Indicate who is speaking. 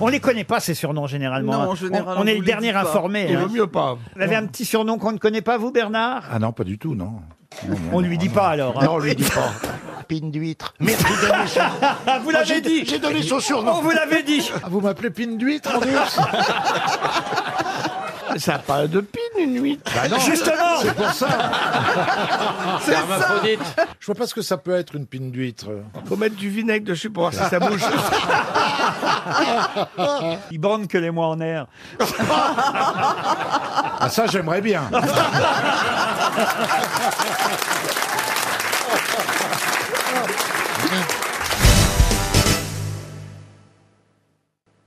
Speaker 1: On les connaît pas, ces surnoms, généralement.
Speaker 2: Non, en
Speaker 1: On-
Speaker 2: général,
Speaker 1: on,
Speaker 2: on
Speaker 1: est
Speaker 2: vous
Speaker 1: le
Speaker 2: les
Speaker 1: dernier
Speaker 2: dit pas.
Speaker 1: informé.
Speaker 2: Il
Speaker 1: hein.
Speaker 2: vaut mieux pas.
Speaker 1: Vous avez un petit surnom qu'on ne connaît pas, vous, Bernard
Speaker 3: Ah non, pas du tout, non.
Speaker 1: On lui dit pas, alors. hein.
Speaker 3: Non, on lui Oh, dit pas.
Speaker 4: Pine d'huître. Mais vous donnez son-
Speaker 1: Ah, vous l'avez
Speaker 4: j'ai-
Speaker 1: dit
Speaker 4: J'ai donné son
Speaker 1: On
Speaker 4: surnom.
Speaker 1: vous l'avait dit
Speaker 3: Ah, vous m'appelez Pine d'huître, mon Dieu Ça n'a pas de pine, une huître. Bah non,
Speaker 1: Justement
Speaker 3: c'est pour ça. Je vois pas ce que ça peut être, une pine d'huître.
Speaker 2: Faut mettre du vinaigre dessus pour voir si ça bouge.
Speaker 1: Il bande que les mois en air.
Speaker 3: Ah ça, j'aimerais bien.